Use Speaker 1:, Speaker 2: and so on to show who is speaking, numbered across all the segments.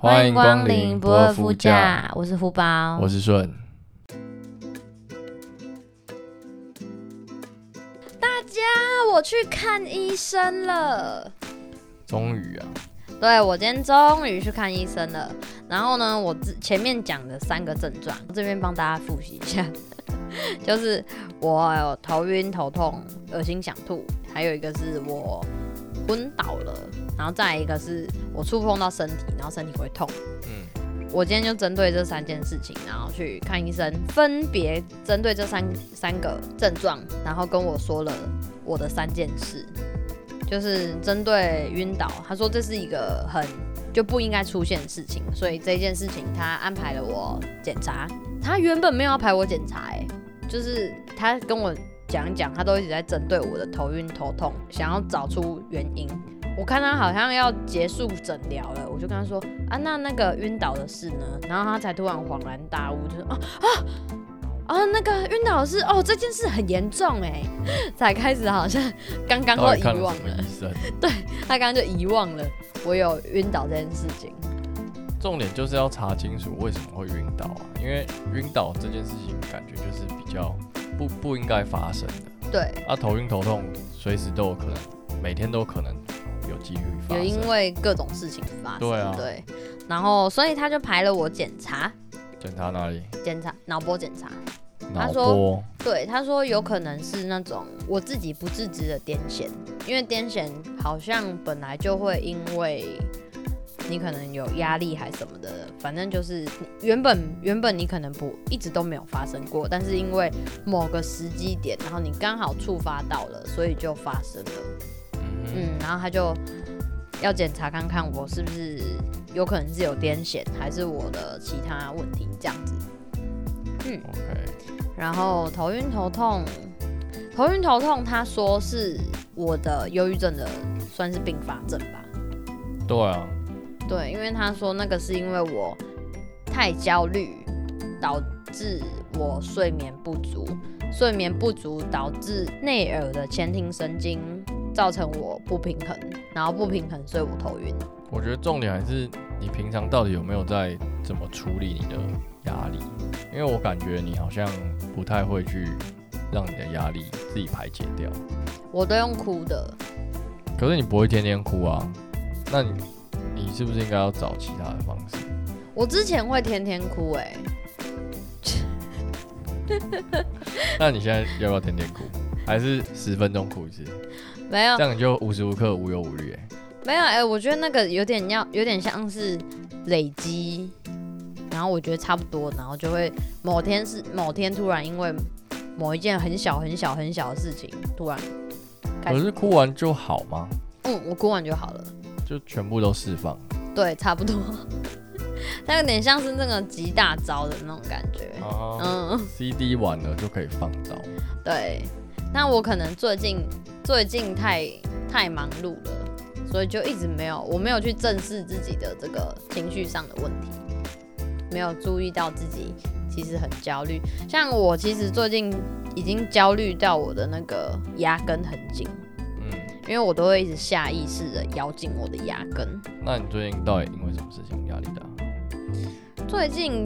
Speaker 1: 欢迎光临不二夫家，
Speaker 2: 我是胡宝
Speaker 1: 我。是顺，
Speaker 2: 大家，我去看医生了。
Speaker 1: 终于啊，
Speaker 2: 对，我今天终于去看医生了。然后呢，我之前面讲的三个症状，这边帮大家复习一下， 就是我有头晕、头痛、恶心、想吐，还有一个是我昏倒了，然后再一个是我触碰到身体，然后身体会痛。
Speaker 1: 嗯，
Speaker 2: 我今天就针对这三件事情，然后去看医生，分别针对这三三个症状，然后跟我说了我的三件事，就是针对晕倒，他说这是一个很就不应该出现的事情，所以这件事情他安排了我检查，他原本没有要排我检查、欸，就是他跟我讲一讲，他都一直在针对我的头晕头痛，想要找出原因。我看他好像要结束诊疗了，我就跟他说啊，那那个晕倒的事呢？然后他才突然恍然大悟，就是啊啊啊，那个晕倒的事哦，这件事很严重哎，才开始好像刚刚
Speaker 1: 到
Speaker 2: 都
Speaker 1: 底
Speaker 2: 遗
Speaker 1: 看了
Speaker 2: 忘
Speaker 1: 什么
Speaker 2: 了，
Speaker 1: 医生？
Speaker 2: 他刚刚就遗忘了我有晕倒这件事情。
Speaker 1: 重点就是要查清楚为什么会晕倒啊，因为晕倒这件事情感觉就是比较不不应该发生的。
Speaker 2: 对，
Speaker 1: 啊，头晕头痛随时都有可能，每天都有可能有几率发
Speaker 2: 有
Speaker 1: 生。
Speaker 2: 因为各种事情发生，
Speaker 1: 对啊
Speaker 2: 对，然后所以他就排了我检查，
Speaker 1: 检查哪里？
Speaker 2: 检查脑波检查，
Speaker 1: 脑
Speaker 2: 说
Speaker 1: 波。
Speaker 2: 对，他说有可能是那种我自己不自知的癫痫，因为癫痫好像本来就会因为你可能有压力还什么的，反正就是你原本原本你可能不一直都没有发生过，但是因为某个时机点，然后你刚好触发到了，所以就发生了。
Speaker 1: 嗯哼
Speaker 2: 嗯，然后他就要检查看看我是不是有可能是有癫痫，还是我的其他问题这样子。
Speaker 1: 嗯，OK，
Speaker 2: 然后头晕头痛，头晕头痛，他说是我的忧郁症的算是并发症吧？
Speaker 1: 对啊，
Speaker 2: 对，因为他说那个是因为我太焦虑导致我睡眠不足，睡眠不足导致内耳的前庭神经造成我不平衡，然后不平衡，所以我头晕。
Speaker 1: 我觉得重点还是你平常到底有没有在怎么处理你的压力，因为我感觉你好像不太会去让你的压力自己排解掉，
Speaker 2: 我都用哭的，
Speaker 1: 可是你不会天天哭啊，那你你是不是应该要找其他的方式？
Speaker 2: 我之前会天天哭、欸，
Speaker 1: 那你现在要不要天天哭？还是十分钟哭一次，
Speaker 2: 没有
Speaker 1: 这样你就无时无刻无忧无虑、欸。
Speaker 2: 没有，哎、我觉得那个有点要，有点像是累积，然后我觉得差不多，然后就会某天是某天突然因为某一件很小很小很小的事情，突然开
Speaker 1: 可
Speaker 2: 始，
Speaker 1: 是哭完就好吗？
Speaker 2: 嗯，我哭完就好了，
Speaker 1: 就全部都释放
Speaker 2: 对，差不多， 它有点像是那个集大招的那种感觉，
Speaker 1: 啊
Speaker 2: 嗯，
Speaker 1: ，CD 完了就可以放到。
Speaker 2: 对。那我可能最近最近太太忙碌了，所以就一直没有，我没有去正视自己的这个情绪上的问题，没有注意到自己其实很焦虑。像我其实最近已经焦虑到我的那个牙根很紧，
Speaker 1: 嗯，
Speaker 2: 因为我都会一直下意识的咬紧我的牙根。
Speaker 1: 那你最近到底因为什么事情压力大？
Speaker 2: 最近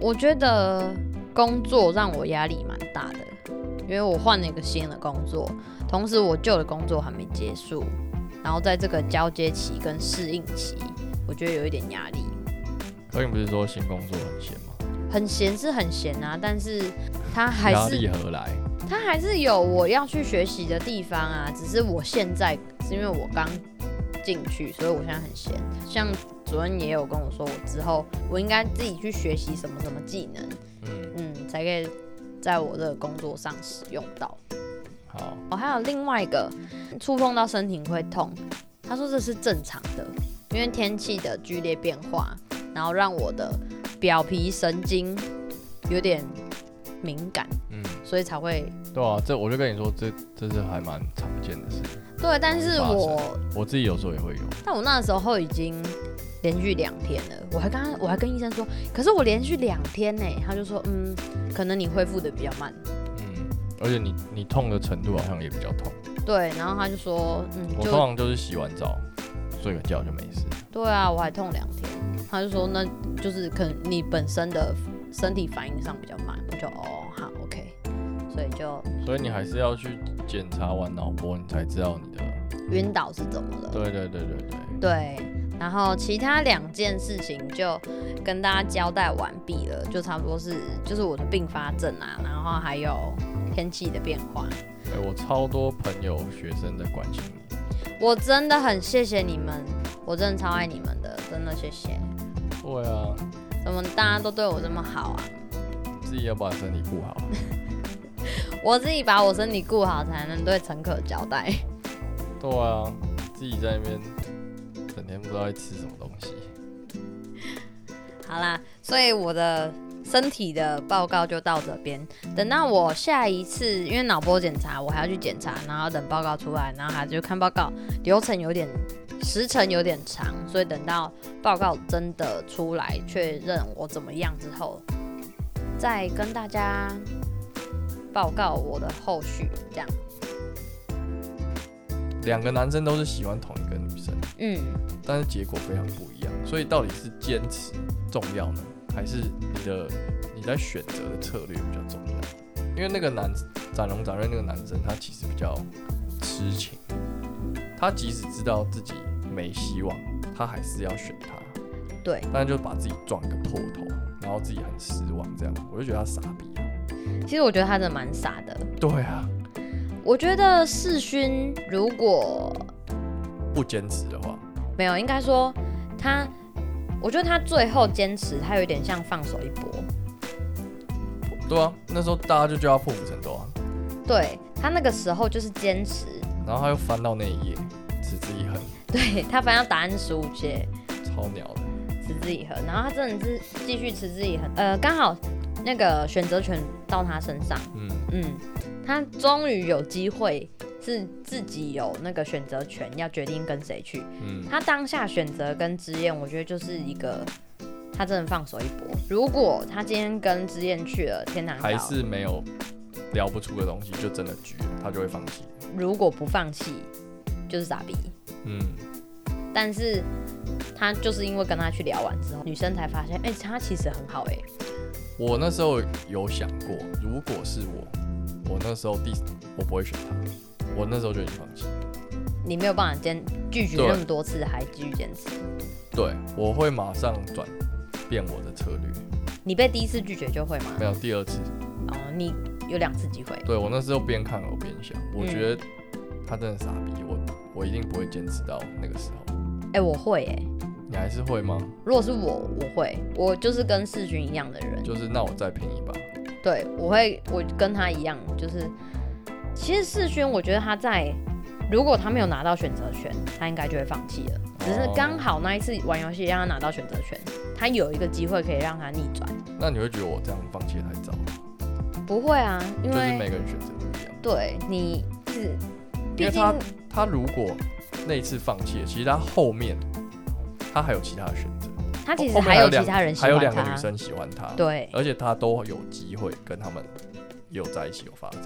Speaker 2: 我觉得工作让我压力蛮大的，因为我换了一个新的工作，同时我旧的工作还没结束，然后在这个交接期跟适应期，我觉得有一点压力。
Speaker 1: 可你不是说新工作很闲吗？
Speaker 2: 很闲是很闲啊，但是它还
Speaker 1: 压力
Speaker 2: 是
Speaker 1: 何来？
Speaker 2: 它还是有我要去学习的地方啊，只是我现在是因为我刚进去，所以我现在很闲。像主任也有跟我说，我之后我应该自己去学习什么什么技能。
Speaker 1: 嗯，
Speaker 2: 嗯，才可以在我这个工作上使用到。
Speaker 1: 好，
Speaker 2: 哦，还有另外一个，触碰到身体会痛，他说这是正常的，因为天气的剧烈变化，然后让我的表皮神经有点敏感，
Speaker 1: 嗯，
Speaker 2: 所以才会
Speaker 1: 对啊，这我就跟你说，这这是还蛮常见的事。
Speaker 2: 对。但是我，
Speaker 1: 我自己有时候也会有，
Speaker 2: 但我那时候已经连续两天了，我还跟他我还跟医生说，可是我连续两天呢，他就说，嗯，可能你恢复的比较慢。
Speaker 1: 嗯，而且你你痛的程度好像也比较痛。
Speaker 2: 对，然后他就说，嗯，
Speaker 1: 我
Speaker 2: 就
Speaker 1: 通常就是洗完澡，睡个觉就没事。
Speaker 2: 对啊，我还痛两天。他就说，那就是可能你本身的身体反应上比较慢。我就哦，好，OK。所以就
Speaker 1: 所以你还是要去检查完脑波，你才知道你的。
Speaker 2: 晕倒是怎么了？
Speaker 1: 对对对对对，
Speaker 2: 对，然后其他两件事情就跟大家交代完毕了，就差不多是就是我的并发症啊，然后还有天气的变化。
Speaker 1: 哎、我超多朋友学生在关心你，
Speaker 2: 我真的很谢谢你们，我真的超爱你们的，真的谢谢。
Speaker 1: 对啊，
Speaker 2: 怎么大家都对我这么好啊？
Speaker 1: 自己要把身体 顾好。
Speaker 2: 我自己把我身体顾好，才能对乘客交代。
Speaker 1: 对啊，自己在那边整天不知道在吃什么东西。
Speaker 2: 好啦，所以我的身体的报告就到这边。等到我下一次，因为脑波检查我还要去检查，然后等报告出来，然后还就看报告，流程有点时程有点长，所以等到报告真的出来确认我怎么样之后，再跟大家报告我的后续。这样，
Speaker 1: 两个男生都是喜欢同一个女生，
Speaker 2: 嗯，
Speaker 1: 但是结果非常不一样，所以到底是坚持重要呢，还是你的你在选择的策略比较重要？因为那个男展龙展瑞那个男生，他其实比较痴情，他即使知道自己没希望，他还是要选他。
Speaker 2: 对，
Speaker 1: 但就把自己撞个破头，然后自己很失望，这样我就觉得他傻逼啊。
Speaker 2: 其实我觉得他真的蛮傻的。
Speaker 1: 对啊，
Speaker 2: 我觉得世勋如果
Speaker 1: 不坚持的话，
Speaker 2: 没有，应该说他，我觉得他最后坚持，他有点像放手一搏。
Speaker 1: 对啊，那时候大家就叫他破釜沉舟啊，
Speaker 2: 对他那个时候就是坚持，
Speaker 1: 然后他又翻到那一页，持之以恒，
Speaker 2: 对他反正答案十五节，
Speaker 1: 超鸟的。
Speaker 2: 持之以恒，然后他真的是继续持之以恒。呃，刚好那个选择权到他身上，
Speaker 1: 嗯，
Speaker 2: 嗯，他终于有机会是自己有那个选择权，要决定跟谁去。
Speaker 1: 嗯，
Speaker 2: 他当下选择跟之燕，我觉得就是一个他真的放手一搏。如果他今天跟之燕去了天堂
Speaker 1: 还
Speaker 2: 岛，
Speaker 1: 是没有聊不出的东西，就真的局了，他就会放弃。
Speaker 2: 如果不放弃，就是傻逼。
Speaker 1: 嗯，
Speaker 2: 但是他就是因为跟他去聊完之后，女生才发现，哎、他其实很好、哎，
Speaker 1: 我那时候有想过，如果是我，我那时候第我不会选他，我那时候就已经放弃。
Speaker 2: 你没有办法坚拒绝
Speaker 1: 对
Speaker 2: 那么多次，还继续坚持。
Speaker 1: 对，我会马上转变我的策略，
Speaker 2: 你被第一次拒绝就会吗？
Speaker 1: 没有第二次。
Speaker 2: 哦，你有两次机会。
Speaker 1: 对我那时候边看我边想，
Speaker 2: 嗯
Speaker 1: 我觉得他真的傻逼，我我一定不会坚持到那个时候。
Speaker 2: 哎、我会、哎，
Speaker 1: 你还是会吗？
Speaker 2: 如果是我，我会，我就是跟世勋一样的人，
Speaker 1: 就是那我再拼一把。
Speaker 2: 对，我会，我跟他一样，就是其实世勋，我觉得他在如果他没有拿到选择权，他应该就会放弃了。只是
Speaker 1: 哦
Speaker 2: 刚好那一次玩游戏让他拿到选择权，他有一个机会可以让他逆转。
Speaker 1: 那你会觉得我这样放弃得太早？
Speaker 2: 不会啊，因
Speaker 1: 就是
Speaker 2: 为
Speaker 1: 每个人选择不一样。
Speaker 2: 对你是，
Speaker 1: 因
Speaker 2: 毕
Speaker 1: 为
Speaker 2: 竟
Speaker 1: 他他如果那一次放弃了，其实他后面他还有其他的选择，
Speaker 2: 他其实
Speaker 1: 后面
Speaker 2: 还有其
Speaker 1: 两
Speaker 2: 他人喜
Speaker 1: 还有
Speaker 2: 欢
Speaker 1: 两个女
Speaker 2: 他，
Speaker 1: 生喜欢他，，
Speaker 2: 对
Speaker 1: 而且他都有机会跟他们有在一起有发展，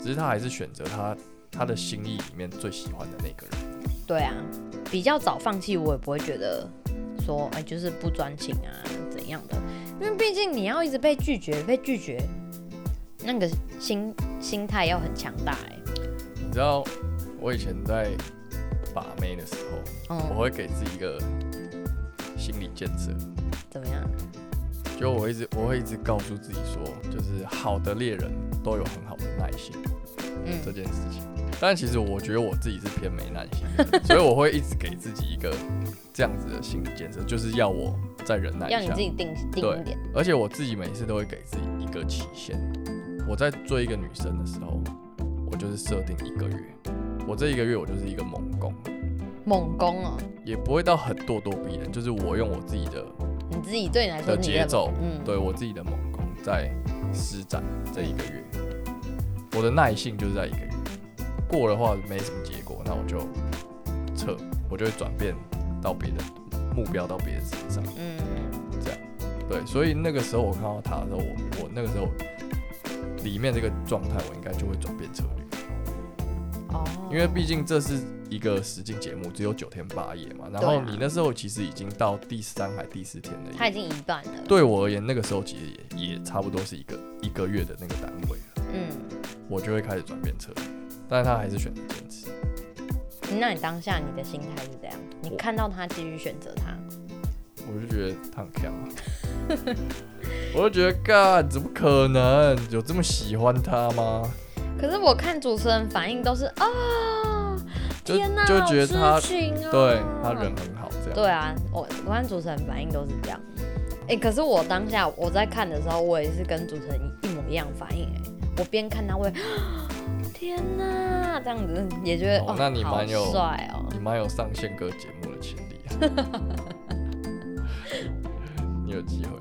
Speaker 1: 只是他还是选择他他的心意里面最喜欢的那个人。
Speaker 2: 对啊，比较早放弃，我也不会觉得说哎、就是不专情啊怎样的，因为毕竟你要一直被拒绝，被拒绝，那个心心态要很强大哎、
Speaker 1: 你知道我以前在把妹的时候，我
Speaker 2: 嗯，
Speaker 1: 会给自己一个心理建设，
Speaker 2: 怎么样？
Speaker 1: 就我一直我会一直告诉自己说，就是好的猎人都有很好的耐心。这
Speaker 2: 嗯，
Speaker 1: 件事情。但其实我觉得我自己是偏没耐心的人，所以我会一直给自己一个这样子的心理建设，就是要我再忍耐
Speaker 2: 要
Speaker 1: 一
Speaker 2: 你
Speaker 1: 下
Speaker 2: 自。己定定
Speaker 1: 对
Speaker 2: 一点，
Speaker 1: 而且我自己每次都会给自己一个期限。我在追一个女生的时候，我就是设定一个月，我这一个月我就是一个猛攻，
Speaker 2: 猛攻哦、
Speaker 1: 也不会到很咄咄逼人，就是我用我自己的
Speaker 2: 你自己对你来说
Speaker 1: 的
Speaker 2: 你
Speaker 1: 节奏，
Speaker 2: 嗯，
Speaker 1: 对我自己的猛攻在施展这一个月，我的耐性就是在一个月过的话没什么结果，那我就撤，我就会转变到别的目标到别人身上。
Speaker 2: 嗯，
Speaker 1: 对，所以那个时候我看到他的时候，我我那个时候里面这个状态，我应该就会转变策略。
Speaker 2: 哦，
Speaker 1: 因为毕竟这是一个实境节目，只有九天八夜嘛。然后你那时候其实已经到第三还第四天了。
Speaker 2: 它已经一半了，
Speaker 1: 对我而言，那个时候其实也也差不多是一个一个月的那个单位了，
Speaker 2: 嗯，
Speaker 1: 我就会开始转变策略。但是他还是选择坚持。
Speaker 2: 那你当下你的心态是怎样？你
Speaker 1: 我
Speaker 2: 看到他继续选择他，
Speaker 1: 我就觉得他很强、 啊，我就觉得干怎么可能有这么喜欢他吗？
Speaker 2: 可是我看主持人反应都是啊，
Speaker 1: 就
Speaker 2: 天哪，
Speaker 1: 就觉得他
Speaker 2: 好痴情哦
Speaker 1: 对他人很好，这样
Speaker 2: 对啊，我我看主持人反应都是这样。哎、可是我当下我在看的时候，我也是跟主持人一模一样反应、哎，我边看他会， 天哪，这样子也觉得
Speaker 1: 哦
Speaker 2: 哦，
Speaker 1: 那你
Speaker 2: 好
Speaker 1: 蛮有
Speaker 2: 帅哦。
Speaker 1: 你蛮有上宪歌节目的潜力、啊， 你有机会。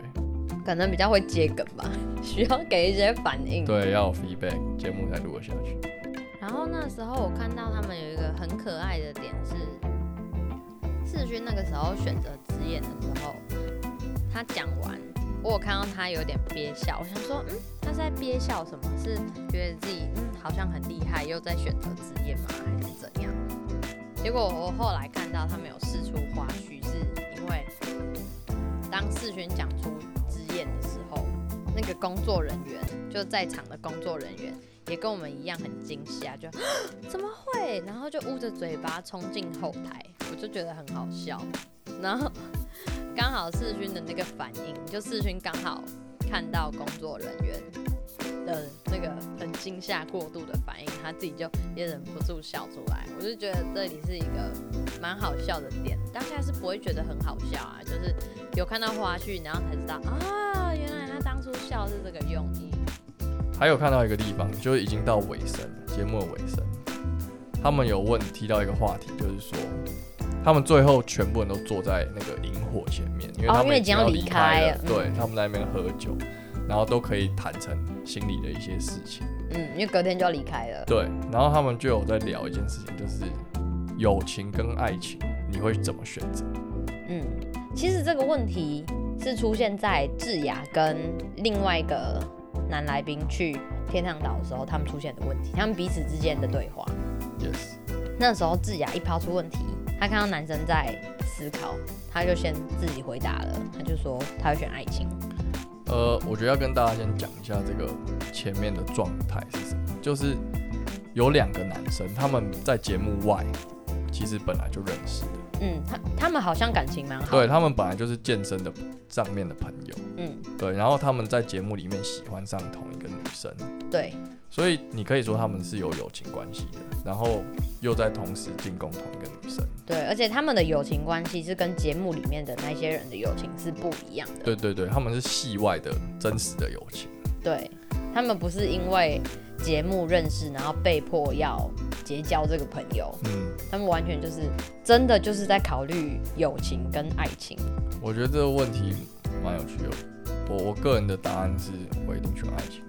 Speaker 2: 可能比较会接梗吧，需要给一些反应。
Speaker 1: 对，要有 feedback，节目才录得下去。
Speaker 2: 然后那时候我看到他们有一个很可爱的点是，世勋那个时候选择职业的时候，他讲完，我有看到他有点憋笑，我想说，嗯，他是在憋笑什么？是觉得自己嗯好像很厉害，又在选择职业吗？还是怎样？结果我后来看到他们有试出花絮，是因为当世勋讲出之宴的时候，那个工作人员就在场的工作人员也跟我们一样很惊吓，就怎么会？然后就捂着嘴巴冲进后台，我就觉得很好笑。然后刚好世勋的那个反应，就世勋刚好看到工作人员的那个很惊吓过度的反应，他自己就也忍不住笑出来。我就觉得这里是一个蛮好笑的点，当下是不会觉得很好笑啊，就是有看到花絮，然后才知道啊，原来他当初笑是这个用意。
Speaker 1: 还有看到一个地方，就是已经到尾声了，节目的尾声，他们有问提到一个话题，就是说他们最后全部人都坐在那个萤火前面，因为
Speaker 2: 哦
Speaker 1: 他
Speaker 2: 因为
Speaker 1: 们
Speaker 2: 已经
Speaker 1: 要
Speaker 2: 要
Speaker 1: 离
Speaker 2: 离
Speaker 1: 开
Speaker 2: 开
Speaker 1: 了，
Speaker 2: 了
Speaker 1: 对他们在那边喝酒，然后都可以坦诚心里的一些事情。
Speaker 2: 嗯，因为隔天就要离开了。
Speaker 1: 对，然后他们就有在聊一件事情，就是友情跟爱情，你会怎么选择？
Speaker 2: 嗯，其实这个问题是出现在智雅跟另外一个男来宾去天堂岛的时候，他们出现的问题，他们彼此之间的对话。
Speaker 1: Yes，
Speaker 2: 那时候智雅一抛出问题，她看到男生在思考，她就先自己回答了，她就说她会选爱情。
Speaker 1: 呃，我觉得要跟大家先讲一下这个前面的状态是什么，就是有两个男生，他们在节目外其实本来就认识的，
Speaker 2: 嗯，他他们好像感情蛮好。
Speaker 1: 对，他们本来就是健身的上面的朋友，
Speaker 2: 嗯，
Speaker 1: 对，然后他们在节目里面喜欢上同一个女生，
Speaker 2: 对，
Speaker 1: 所以你可以说他们是有友情关系的，然后又在同时进攻同一个女生。
Speaker 2: 对，而且他们的友情关系是跟节目里面的那些人的友情是不一样的。
Speaker 1: 对对对，他们是戏外的真实的友情。
Speaker 2: 对，他们不是因为节目认识，然后被迫要结交这个朋友，
Speaker 1: 嗯，
Speaker 2: 他们完全就是真的就是在考虑友情跟爱情。
Speaker 1: 我觉得这个问题蛮有趣的。我我个人的答案是，我一定选爱情。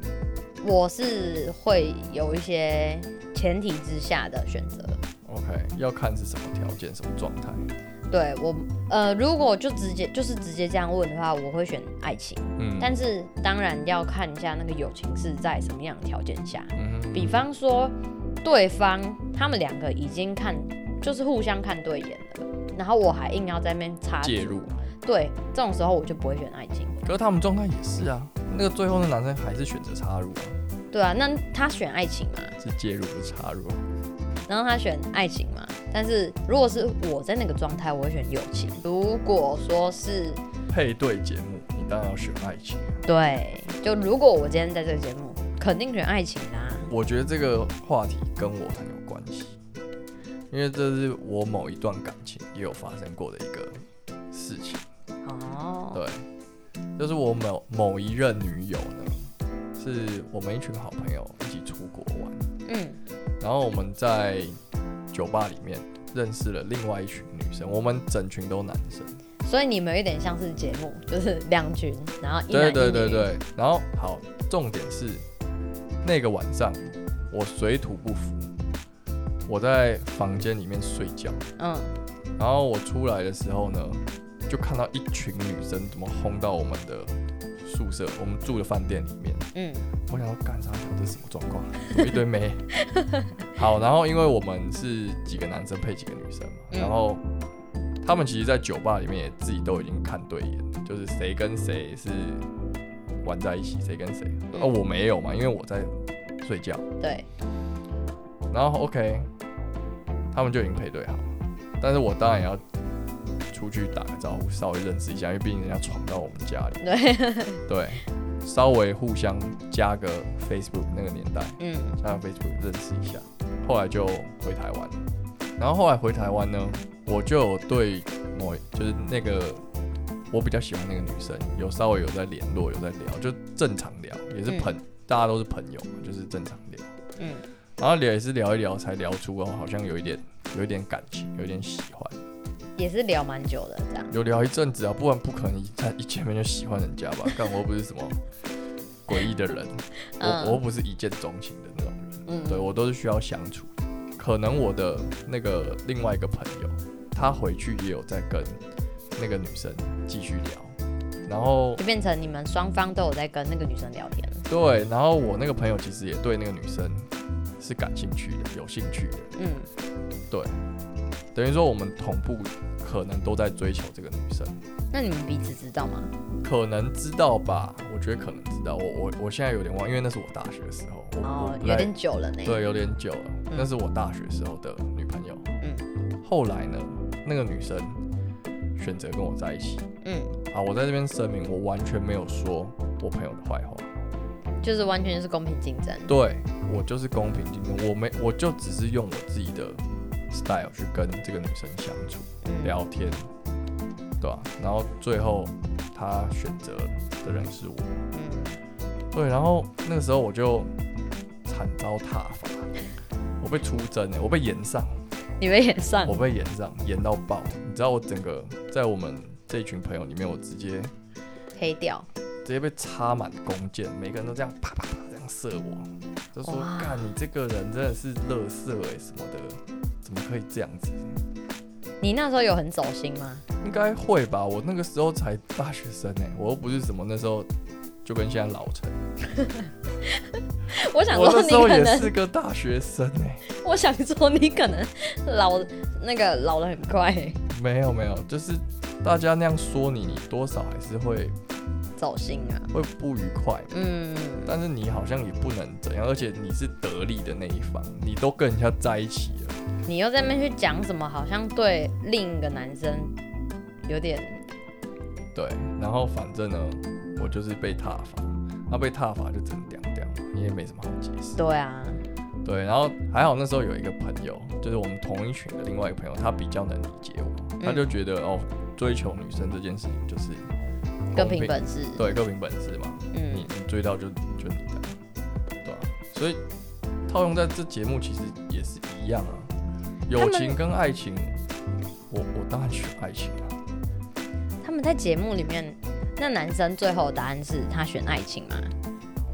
Speaker 2: 我是会有一些前提之下的选择。
Speaker 1: OK，要看是什么条件、什么状态。
Speaker 2: 对我，呃，如果就直接就是直接这样问的话，我会选爱情，
Speaker 1: 嗯，
Speaker 2: 但是当然要看一下那个友情是在什么样的条件下。
Speaker 1: 嗯哼
Speaker 2: 比方说，对方他们两个已经看，就是互相看对眼了，然后我还硬要在那边插
Speaker 1: 介入，
Speaker 2: 对，这种时候我就不会选爱情。
Speaker 1: 可是他们状态也是啊。那个最后那男生还是选择插入啊，
Speaker 2: 对啊，那他选爱情嘛，
Speaker 1: 是介入不是插入。
Speaker 2: 然后他选爱情嘛，但是如果是我在那个状态，我会选友情。如果说是
Speaker 1: 配对节目，你当然要选爱情啊。
Speaker 2: 对，就如果我今天在这个节目，肯定选爱情啦、
Speaker 1: 我觉得这个话题跟我很有关系，因为这是我某一段感情也有发生过的一个事情。
Speaker 2: 哦，
Speaker 1: 对，就是我某某一任女友呢，是我们一群好朋友一起出国玩，
Speaker 2: 嗯，
Speaker 1: 然后我们在酒吧里面认识了另外一群女生，我们整群都男生。
Speaker 2: 所以你们有点像是节目，就是两群，然后一男一
Speaker 1: 对
Speaker 2: 女。
Speaker 1: 对对对，然后好，重点是那个晚上我水土不服，我在房间里面睡觉，
Speaker 2: 嗯，
Speaker 1: 然后我出来的时候呢，就看到一群女生怎么轰到我们的宿舍，我们住的饭店里面，
Speaker 2: 嗯，
Speaker 1: 我想要干啥？这是什么状况？有一堆妹。 好，然后因为我们是几个男生配几个女生嘛，
Speaker 2: 嗯
Speaker 1: 然后他们其实，在酒吧里面也自己都已经看对眼，就是谁跟谁是玩在一起，谁跟谁。
Speaker 2: 嗯
Speaker 1: 哦，我没有嘛，因为我在睡觉。
Speaker 2: 对，
Speaker 1: 然后 OK，他们就已经配对好了，但是我当然也要出去打个招呼，稍微认识一下，因为毕竟人家闯到我们家里，
Speaker 2: 对，
Speaker 1: 对，稍微互相加个 Facebook 那个年代，
Speaker 2: 嗯
Speaker 1: 加个 Facebook 认识一下，后来就回台湾，然后后来回台湾呢，我就有对某就是那个。我比较喜欢那个女生，有稍微有在联络，有在聊，就正常聊，也是
Speaker 2: 嗯
Speaker 1: 朋，大家都是朋友嘛，就是正常聊。
Speaker 2: 嗯
Speaker 1: 然后聊也是聊一聊，才聊出哦，好像有一点有一点感情，有一点喜欢，
Speaker 2: 也是聊蛮久的这样。
Speaker 1: 有聊一阵子啊，不然不可能一看一见面就喜欢人家吧？干我又不是什么诡异的人，
Speaker 2: 嗯
Speaker 1: 我我又不是一见钟情的那种人，
Speaker 2: 嗯，
Speaker 1: 对我都是需要相处的。可能我的那个另外一个朋友，他回去也有在跟那个女生继续聊，然后
Speaker 2: 就变成你们双方都有在跟那个女生聊天。
Speaker 1: 对，然后我那个朋友其实也对那个女生是感兴趣的，有兴趣的。
Speaker 2: 嗯
Speaker 1: 等于说我们同步可能都在追求这个女生，
Speaker 2: 那你们彼此知道吗？
Speaker 1: 可能知道吧？我觉得可能知道。我我我现在有点忘，因为那是我大学的时候，我、
Speaker 2: 哦
Speaker 1: 我，不
Speaker 2: 有
Speaker 1: 太
Speaker 2: 点久了呢。
Speaker 1: 对，有点久了、
Speaker 2: 嗯
Speaker 1: 那是我大学时候的女朋友。嗯，后来呢，那个女生选择跟我在一起。
Speaker 2: 嗯，
Speaker 1: 啊，我在这边声明，我完全没有说我朋友的坏话。
Speaker 2: 就是完全就是公平竞争。
Speaker 1: 对我就是公平竞争，我没我就只是用我自己的 style 去跟这个女生相处。
Speaker 2: 嗯，
Speaker 1: 聊天，对吧、然后最后他选择的人是我，
Speaker 2: 嗯，
Speaker 1: 对，然后那个时候我就惨遭挞伐，我被出征欸我被延上，
Speaker 2: 你们也算
Speaker 1: 我被延上，延到爆，你知道我整个在我们这一群朋友里面，我直接
Speaker 2: 黑掉。
Speaker 1: 直接被插满弓箭，每个人都这样啪啪啪这样射我，就说
Speaker 2: 哇
Speaker 1: 干你这个人真的是乐色哎什么的，怎么可以这样子？
Speaker 2: 你那时候有很走心吗？
Speaker 1: 应该会吧，我那个时候才大学生哎、我又不是什么那时候就跟现在老成，
Speaker 2: 我想
Speaker 1: 我
Speaker 2: 说
Speaker 1: 那
Speaker 2: 你
Speaker 1: 时候
Speaker 2: 可
Speaker 1: 也
Speaker 2: 能
Speaker 1: 是个大学生哎、
Speaker 2: 我想说你可能老那个老的很快、
Speaker 1: 没有没有，就是大家那样说你，你多少还是会
Speaker 2: 走心啊。
Speaker 1: 会不愉快，
Speaker 2: 嗯，
Speaker 1: 但是你好像也不能怎样，而且你是得利的那一方，你都跟人家在一起了，
Speaker 2: 你又在那边去讲什么，好像对另一个男生有点
Speaker 1: 对，然后反正呢，我就是被踏伐，那、被踏伐就只能掉掉，你也没什么好解释。
Speaker 2: 对啊，
Speaker 1: 对，然后还好那时候有一个朋友，就是我们同一群的另外一个朋友，他比较能理解我，他就觉得、哦，追求女生这件事情就是
Speaker 2: 各
Speaker 1: 公
Speaker 2: 凭本事。
Speaker 1: 对各凭本事嘛，你
Speaker 2: 嗯
Speaker 1: 你追到就就你的，对吧、所以套用在这节目其实也是一样啊，友
Speaker 2: 们
Speaker 1: 情跟爱情，我我当然选爱情啊，
Speaker 2: 他们在节目里面，那男生最后的答案是他选爱情嘛？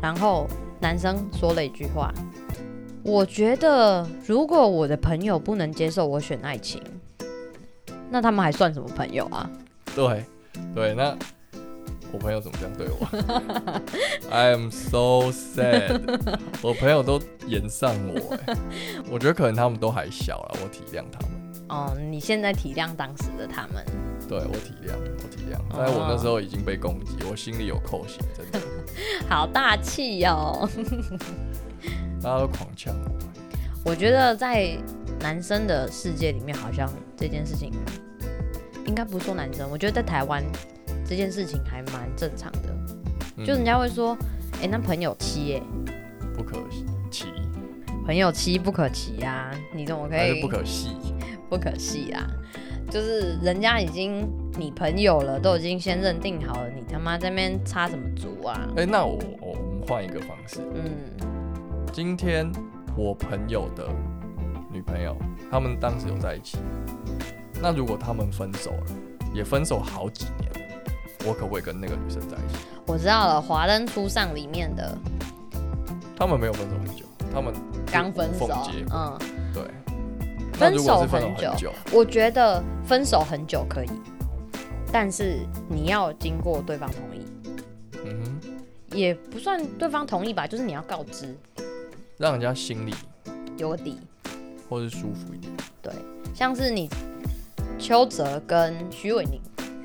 Speaker 2: 然后男生说了一句话：“我觉得如果我的朋友不能接受我选爱情，那他们还算什么朋友啊
Speaker 1: 对对，那我朋友怎么这样对我？I am so sad，我 朋友都言上我、欸，我觉得可能他们都还小了，我体谅他们，？”
Speaker 2: 哦，你现在体谅当时的他们，
Speaker 1: 对我体谅，我体谅，但是我那时候已经被攻击，我心里有扣血，真的，
Speaker 2: 好大气哦！
Speaker 1: 大家都狂呛我，
Speaker 2: 我觉得在男生的世界里面，好像这件事情应该不是说男生，我觉得在台湾这件事情还蛮正常的，
Speaker 1: 嗯
Speaker 2: 就人家会说：“哎、那朋友妻哎、
Speaker 1: 不可及，
Speaker 2: 朋友妻不可欺啊，你怎么可
Speaker 1: 还
Speaker 2: 以
Speaker 1: 是不可惜，
Speaker 2: 不可惜啊？就是人家已经你朋友了，都已经先认定好了，你他妈在那边插什么足啊？
Speaker 1: 哎、那我我我们换一个方式，
Speaker 2: 嗯
Speaker 1: 今天我朋友的女朋友，他们当时有在一起。那如果他们分手了，也分手好几年了，我可不可以跟那个女生在一起？
Speaker 2: 我知道了，《华灯初上》里面的
Speaker 1: 他们没有分手很久，他们
Speaker 2: 刚分手
Speaker 1: 无缝接，
Speaker 2: 嗯，
Speaker 1: 对。那
Speaker 2: 分
Speaker 1: 如果
Speaker 2: 手
Speaker 1: 是分
Speaker 2: 很
Speaker 1: 手
Speaker 2: 久
Speaker 1: 很久，
Speaker 2: 我觉得分手很久可以，但是你要经过对方同意。
Speaker 1: 嗯哼，
Speaker 2: 也不算对方同意吧，就是你要告知
Speaker 1: 让人家心里
Speaker 2: 有个底。
Speaker 1: 或是舒服一点。
Speaker 2: 像是你邱泽跟徐伟宁，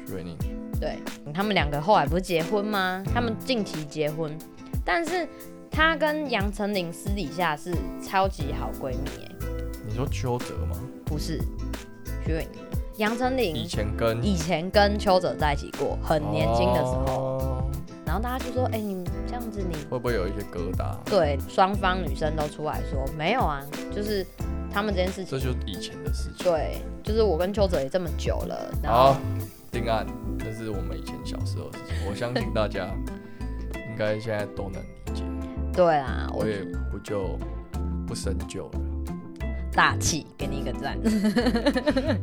Speaker 1: 徐伟宁，
Speaker 2: 对他们两个后来不是结婚吗？
Speaker 1: 嗯
Speaker 2: 他们近期结婚，但是她跟杨丞琳私底下是超级好闺蜜、欸，
Speaker 1: 你说邱泽吗？
Speaker 2: 不是徐伟宁，杨丞
Speaker 1: 以
Speaker 2: 琳
Speaker 1: 前跟
Speaker 2: 以前跟邱泽在一起过，很年轻的时候，
Speaker 1: 哦
Speaker 2: 然后大家就说，哎、你这样子你
Speaker 1: 会不会有一些疙瘩？
Speaker 2: 对双方女生都出来说没有啊，就是他们这件事情
Speaker 1: 这，就是以前的事情。
Speaker 2: 对，就是我跟邱泽也这么久了，然后
Speaker 1: 好，定案，这是我们以前小时候的事情。我相信大家应该现在都能理解，
Speaker 2: 对啊，我
Speaker 1: 我也不就不深究了。
Speaker 2: 大气，给你一个赞。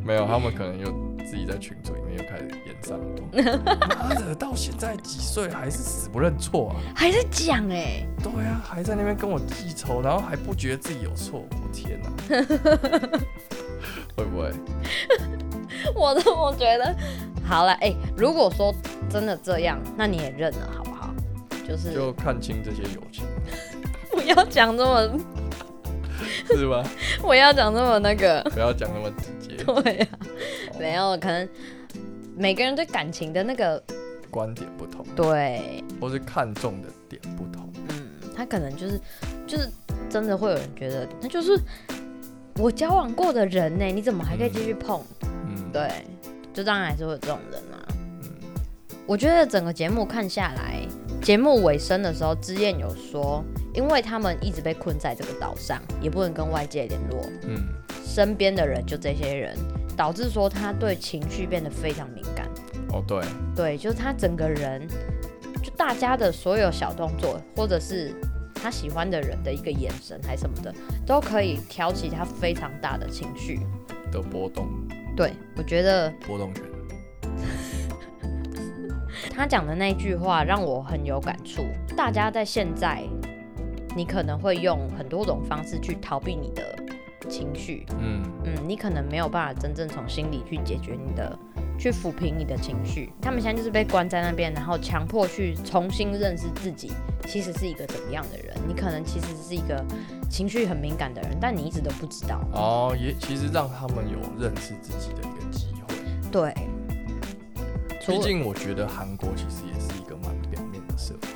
Speaker 1: 没有，他们可能又自己在群组里面又开始演上多。妈的，到现在几岁还是死不认错啊？
Speaker 2: 还是讲哎、
Speaker 1: 对啊，还在那边跟我记仇，然后还不觉得自己有错，我天 哪、会不会？
Speaker 2: 我都 我觉得，好了哎、如果说真的这样，那你也认了好不好？就是
Speaker 1: 就看清这些友情，
Speaker 2: 不要讲这么，
Speaker 1: 是吧？
Speaker 2: 不要讲这么那个，
Speaker 1: 不要讲那么直接。
Speaker 2: 对啊，没有，可能每个人对感情的那个，
Speaker 1: 观点不同，
Speaker 2: 对，
Speaker 1: 或是看重的点不同。
Speaker 2: 嗯，他可能就是就是真的会有人觉得，那就是我交往过的人呢、你怎么还可以继续碰？
Speaker 1: 嗯，，
Speaker 2: 对，就当然还是会有这种人嘛。
Speaker 1: 嗯
Speaker 2: 我觉得整个节目看下来，节目尾声的时候，之燕有说，因为他们一直被困在这个岛上，也不能跟外界联络，
Speaker 1: 嗯，
Speaker 2: 身边的人就这些人，导致说他对情绪变得非常敏感。
Speaker 1: 哦对，
Speaker 2: 对，就是他整个人，就大家的所有小动作，或者是他喜欢的人的一个眼神还什么的，都可以挑起他非常大的情绪。
Speaker 1: 的波动，
Speaker 2: 对我觉得
Speaker 1: 波动拳，
Speaker 2: 他讲的那句话让我很有感触。大家在现在，你可能会用很多种方式去逃避你的情绪，
Speaker 1: 嗯
Speaker 2: 嗯，你可能没有办法真正从心里去解决你的，去抚平你的情绪。他们现在就是被关在那边，然后强迫去重新认识自己，其实是一个怎么样的人。你可能其实是一个情绪很敏感的人，但你一直都不知道。
Speaker 1: 哦，也其实让他们有认识自己的一个机会。
Speaker 2: 对，除
Speaker 1: 毕
Speaker 2: 了
Speaker 1: 竟我觉得韩国其实也是一个蛮表面的社会。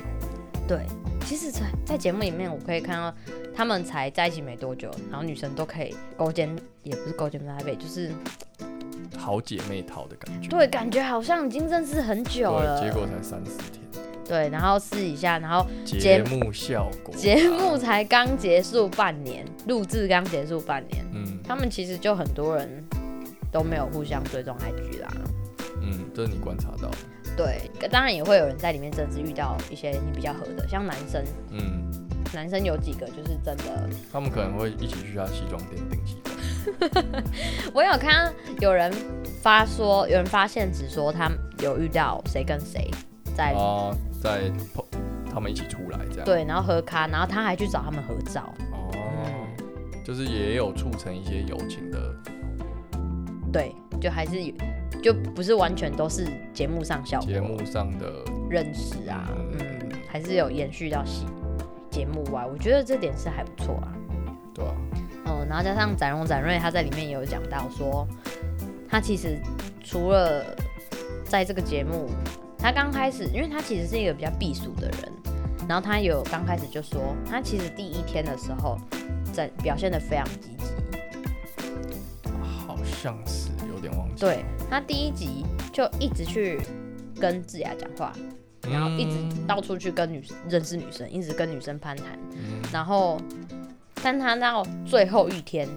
Speaker 2: 对，其实在，在节目里面，我可以看到他们才在一起没多久，然后女生都可以勾肩，也不是勾肩搭背，就是
Speaker 1: 好姐妹淘的感觉。
Speaker 2: 对，感觉好像已经认识很久了。
Speaker 1: 对，结果才三四天，
Speaker 2: 对，然后试一下，然后节
Speaker 1: 节目效果，
Speaker 2: 节目，才刚结束半年，录制刚结束半年，
Speaker 1: 嗯
Speaker 2: 他们其实就很多人都没有互相追踪 IG 啦。
Speaker 1: 嗯，这是你观察到的，
Speaker 2: 对，当然也会有人在里面真的是遇到一些你比较合的，像男生，
Speaker 1: 嗯，
Speaker 2: 男生有几个就是真的
Speaker 1: 他们可能会一起去他西装店订西装，
Speaker 2: 我有看到有人发说，有人发现只说他有遇到谁跟谁在、
Speaker 1: 啊，在他们一起出来这样，
Speaker 2: 对，然后喝咖，然后他还去找他们合照，
Speaker 1: 哦，就是也有促成一些友情的，
Speaker 2: 对，就还是有，就不是完全都是节目上效
Speaker 1: 节
Speaker 2: 果
Speaker 1: 目上的，
Speaker 2: 认识啊，
Speaker 1: 嗯
Speaker 2: 嗯，还是有延续到戏节目外，我觉得这点是还不错啊，
Speaker 1: 对吧、
Speaker 2: 嗯，然后加上展荣展瑞他在里面也有讲到说，他其实除了在这个节目，他刚开始，因为他其实是一个比较避暑的人，然后他有刚开始就说，他其实第一天的时候在表现得非常积极，
Speaker 1: 好像是有点忘记，
Speaker 2: 对他第一集就一直去跟智雅讲话，
Speaker 1: 嗯，
Speaker 2: 然后一直到处去跟女认识女生，一直跟女生攀谈，
Speaker 1: 嗯，
Speaker 2: 然后，但他到最后一天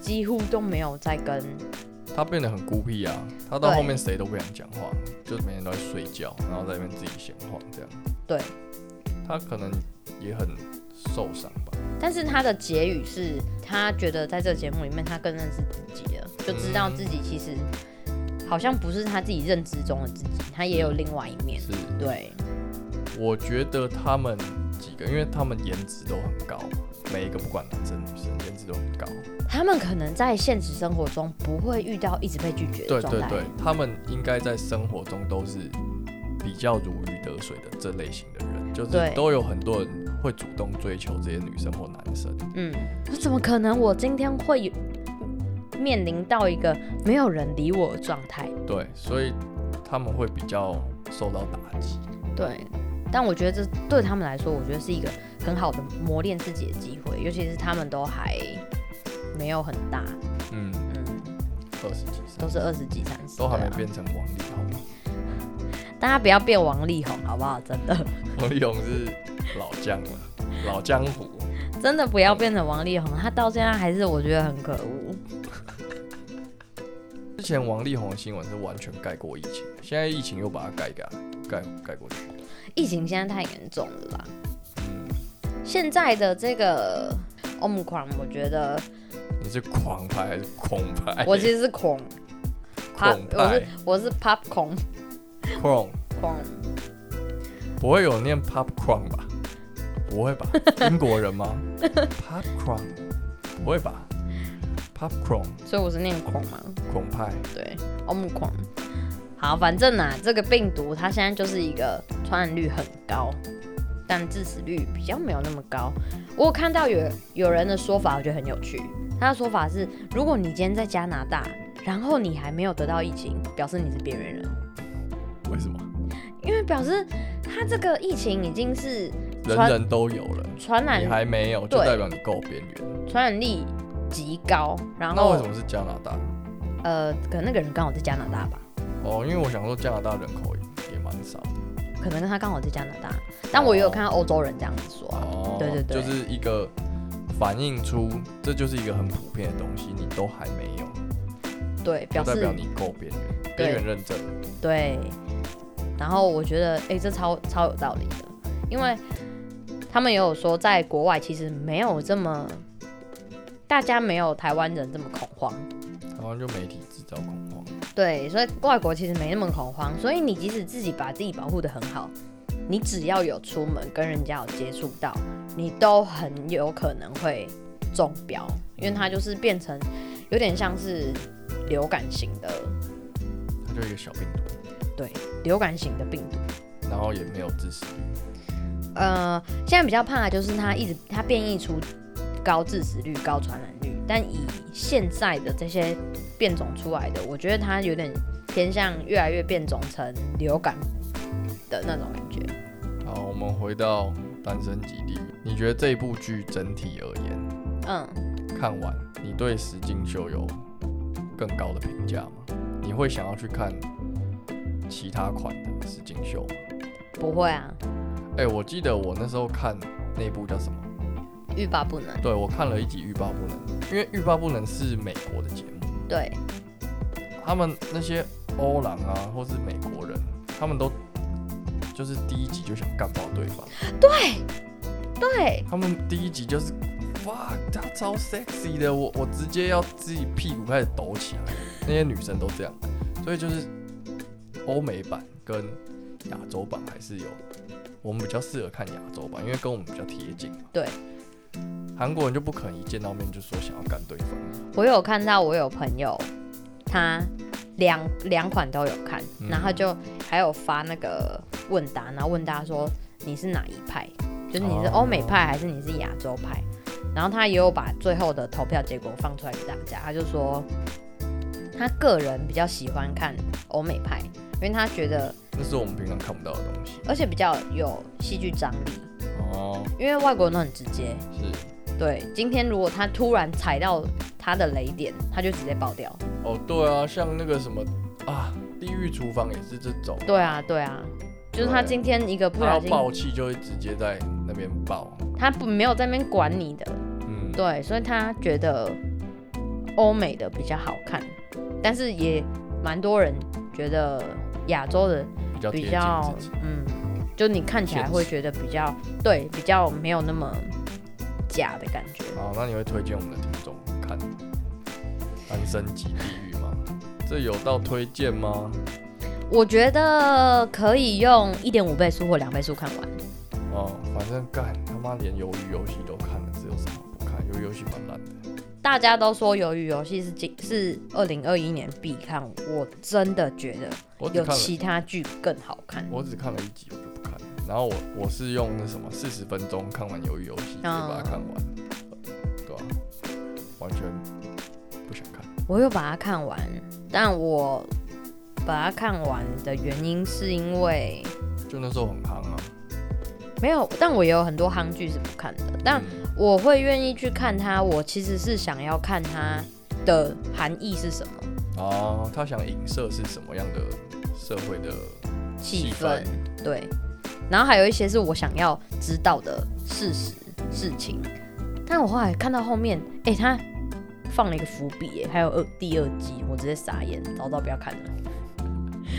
Speaker 2: 几乎都没有再跟
Speaker 1: 他变得很孤僻啊，他到
Speaker 2: 对
Speaker 1: 后面谁都不想讲话，就每天都在睡觉，然后在那边自己闲晃这样，
Speaker 2: 对。
Speaker 1: 他可能也很受伤吧，
Speaker 2: 但是他的结语是，他觉得在这个节目里面，他更认识自己了，就知道自己其实好像不是他自己认知中的自己，他也有另外一面。
Speaker 1: 是。
Speaker 2: 对，
Speaker 1: 我觉得他们几个，因为他们颜值都很高嘛，每一个不管男生女生颜值都很高。
Speaker 2: 他们可能在现实生活中不会遇到一直被拒绝
Speaker 1: 对
Speaker 2: 的状
Speaker 1: 对
Speaker 2: 态。
Speaker 1: 对，他们应该在生活中都是比较如鱼得水的这类型的人，就是
Speaker 2: 对
Speaker 1: 都有很多人会主动追求这些女生或男生。
Speaker 2: 嗯，我怎么可能？我今天会有面临到一个没有人理我的状态。
Speaker 1: 对，所以他们会比较受到打击。
Speaker 2: 对，但我觉得这对他们来说，我觉得是一个很好的磨练自己的机会，尤其是他们都还没有很大，
Speaker 1: 嗯，
Speaker 2: 嗯，
Speaker 1: 二十几岁
Speaker 2: 都是二十几、三十，
Speaker 1: 都还没
Speaker 2: 对啊
Speaker 1: 变成王力宏，
Speaker 2: 大家不要变王力宏，好不好？真的，
Speaker 1: 王力宏是老将了，老江湖。
Speaker 2: 真的不要变成王力宏，他到现在还是我觉得很可恶。
Speaker 1: 之前王力宏的新闻是完全盖过疫情，现在疫情又把它盖盖盖盖过去。
Speaker 2: 疫情现在太严重了啦，
Speaker 1: 嗯，
Speaker 2: 现在的这个 Omicron，我觉得
Speaker 1: 你是狂拍还是空拍？
Speaker 2: 我其实是恐，怕
Speaker 1: 哎恐
Speaker 2: 我是
Speaker 1: 派
Speaker 2: 我是 pop 恐
Speaker 1: 狂，
Speaker 2: 恐，
Speaker 1: 不会有念 popcorn 吧？不会 吧？英国人吗？popcorn 不会吧？popcorn
Speaker 2: 所以我是念恐嘛，
Speaker 1: 恐派，
Speaker 2: 对，Omicron。好，反正啊，这个病毒它现在就是一个传染率很高，但致死率比较没有那么高。我有看到有有人的说法，我觉得很有趣。他的说法是，如果你今天在加拿大，然后你还没有得到疫情，表示你是边缘人。
Speaker 1: 为什么？
Speaker 2: 因为表示它这个疫情已经是
Speaker 1: 人
Speaker 2: 传
Speaker 1: 人都有了，
Speaker 2: 传
Speaker 1: 你
Speaker 2: 染
Speaker 1: 还没有，就
Speaker 2: 对
Speaker 1: 代表你够边缘。
Speaker 2: 传染力极高，然
Speaker 1: 那
Speaker 2: 后
Speaker 1: 为什么是加拿大？
Speaker 2: 呃，可能那个人刚好在加拿大吧，
Speaker 1: 哦，因为我想说加拿大人口也蛮少的。
Speaker 2: 可能他刚好在加拿大，但我也有
Speaker 1: 哦
Speaker 2: 看到欧洲人这样子说啊、
Speaker 1: 哦，
Speaker 2: 对对对
Speaker 1: 就是一个反映出这就是一个很普遍的东西，你都还没有，
Speaker 2: 对，
Speaker 1: 就
Speaker 2: 表
Speaker 1: 代
Speaker 2: 示
Speaker 1: 表你够边缘，边缘认证。
Speaker 2: 对。然后我觉得，哎、这超超有道理的，因为他们也有说，在国外其实没有这么，大家没有台湾人这么恐慌，
Speaker 1: 台湾就媒体制造恐慌，
Speaker 2: 对，所以外国其实没那么恐慌，所以你即使自己把自己保护得很好，你只要有出门跟人家有接触到，你都很有可能会中标，因为它就是变成有点像是流感型的，
Speaker 1: 它就一个小病毒，
Speaker 2: 对，流感型的病毒。
Speaker 1: 然后也没有知识。
Speaker 2: 呃，现在比较怕的就是它一直它变异出高致死率、高传染率，但以现在的这些变种出来的，我觉得它有点偏向越来越变种成流感的那种感觉。
Speaker 1: 好，我们回到单身极地，你觉得这部剧整体而言
Speaker 2: 嗯，
Speaker 1: 看完，你对石进秀有更高的评价吗？你会想要去看其他款的石进秀吗？
Speaker 2: 不会啊，
Speaker 1: 哎、我记得我那时候看那部叫什么？
Speaker 2: 欲罢不能。
Speaker 1: 对我看了一集《欲罢不能》，因为《欲罢不能》是美国的节目，
Speaker 2: 对，
Speaker 1: 他们那些欧郎啊，或是美国人，他们都就是第一集就想干爆对方，
Speaker 2: 对，
Speaker 1: 他们第一集就是哇，他超 sexy 的，我我直接要自己屁股开始抖起来，那些女生都这样，所以就是欧美版跟亚洲版还是有，我们比较适合看亚洲版，因为跟我们比较贴近嘛。
Speaker 2: 对，
Speaker 1: 韩国人就不可能一见到面就说想要干对方。
Speaker 2: 我有看到，我有朋友他两两款都有看，
Speaker 1: 嗯
Speaker 2: 然后就还有发那个问答，然后问大家说你是哪一派，就是你是
Speaker 1: 哦
Speaker 2: 欧美派还是你是亚洲派，然后他也有把最后的投票结果放出来给大家，他就说他个人比较喜欢看欧美派，因为他觉得
Speaker 1: 那是我们平常看不到的东西。
Speaker 2: 而且比较有戏剧张力，
Speaker 1: 哦，
Speaker 2: 因为外国人都很直接，
Speaker 1: 是
Speaker 2: 对，今天如果他突然踩到他的雷点，他就直接爆掉。
Speaker 1: 哦，对啊，像那个什么啊，《地狱厨房》也是这种，
Speaker 2: 对啊，对啊，就是他
Speaker 1: 对
Speaker 2: 今天一个不
Speaker 1: 他要
Speaker 2: 小心，
Speaker 1: 爆气就会直接在那边爆。
Speaker 2: 他不没有在那边管你的，
Speaker 1: 嗯，
Speaker 2: 对，所以他觉得欧美的比较好看，但是也蛮多人觉得亚洲的
Speaker 1: 比较贴
Speaker 2: 比
Speaker 1: 近
Speaker 2: 较
Speaker 1: 自己。，
Speaker 2: 嗯，就你看起来
Speaker 1: 现
Speaker 2: 会
Speaker 1: 实
Speaker 2: 觉得比较对，比较没有那么假的感觉。
Speaker 1: 好，那你会推荐我们的听众看《单身级地狱》吗？这有到推荐吗？
Speaker 2: 我觉得可以用一点五倍速或两倍速看完。
Speaker 1: 哦，反正干他妈连鱿鱼游戏都看了，这有什么好不看？鱿鱼游戏蛮烂的，
Speaker 2: 大家都说《鱿鱼游戏》是今是二零二一年必看，我真的觉得
Speaker 1: 我只
Speaker 2: 有
Speaker 1: 看了
Speaker 2: 其他剧更好看。
Speaker 1: 我只看了一集，我就不看了。然后我我是用那什么四十分钟看完《鱿鱼游戏》，直接
Speaker 2: 嗯
Speaker 1: 把它看完，对啊，完全不想看。
Speaker 2: 我又把它看完，但我把它看完的原因是因为
Speaker 1: 就那时候很夯啊，
Speaker 2: 没有，但我也有很多韩剧是不看的，但
Speaker 1: 嗯
Speaker 2: 我会愿意去看它，我其实是想要看它的含义是什么，
Speaker 1: 哦，他想影射是什么样的社会的
Speaker 2: 气
Speaker 1: 氛
Speaker 2: 氛，对，然后还有一些是我想要知道的事实事情，但我后来看到后面，哎、他放了一个伏笔，哎，还有二第二集，我直接傻眼，早知道不要看了。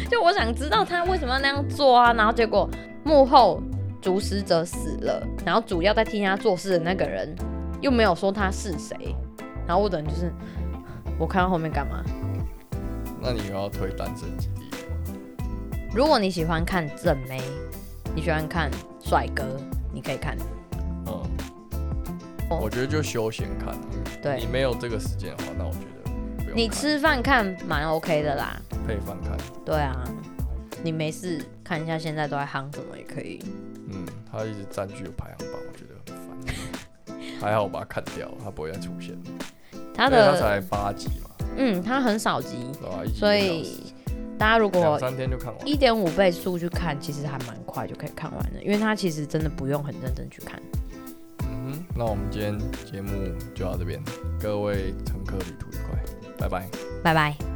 Speaker 2: 就我想知道他为什么要那样做啊，然后结果幕后主使者死了，然后主要在替他做事的那个人又没有说他是谁，然后我等就是我看到后面干嘛？
Speaker 1: 那你又要推《单身基地狱》吗？
Speaker 2: 如果你喜欢看正妹，你喜欢看帅哥，你可以看。
Speaker 1: 嗯，
Speaker 2: 哦
Speaker 1: 我觉得就休闲看啊。你
Speaker 2: 对
Speaker 1: 没有这个时间的话，那我觉得不用
Speaker 2: 你
Speaker 1: 看
Speaker 2: 吃饭看蛮 OK 的啦，
Speaker 1: 配饭看。
Speaker 2: 对啊，你没事看一下现在都在夯什么也可以。
Speaker 1: 嗯，他一直占据排行榜，我觉得很烦。还好我把它看掉，他不会再出现了。
Speaker 2: 他
Speaker 1: 因为他
Speaker 2: 的
Speaker 1: 才八集嘛，
Speaker 2: 嗯，他很少集，
Speaker 1: 对吧？一集
Speaker 2: 所
Speaker 1: 一个小时
Speaker 2: 以大家如
Speaker 1: 两
Speaker 2: 果
Speaker 1: 三天就看完。
Speaker 2: 一点五倍速去看，其实还蛮快就可以看完了，因为它其实真的不用很认真去看。
Speaker 1: 嗯哼，那我们今天节目就到这边，各位乘客旅途愉快，拜拜。
Speaker 2: 拜拜。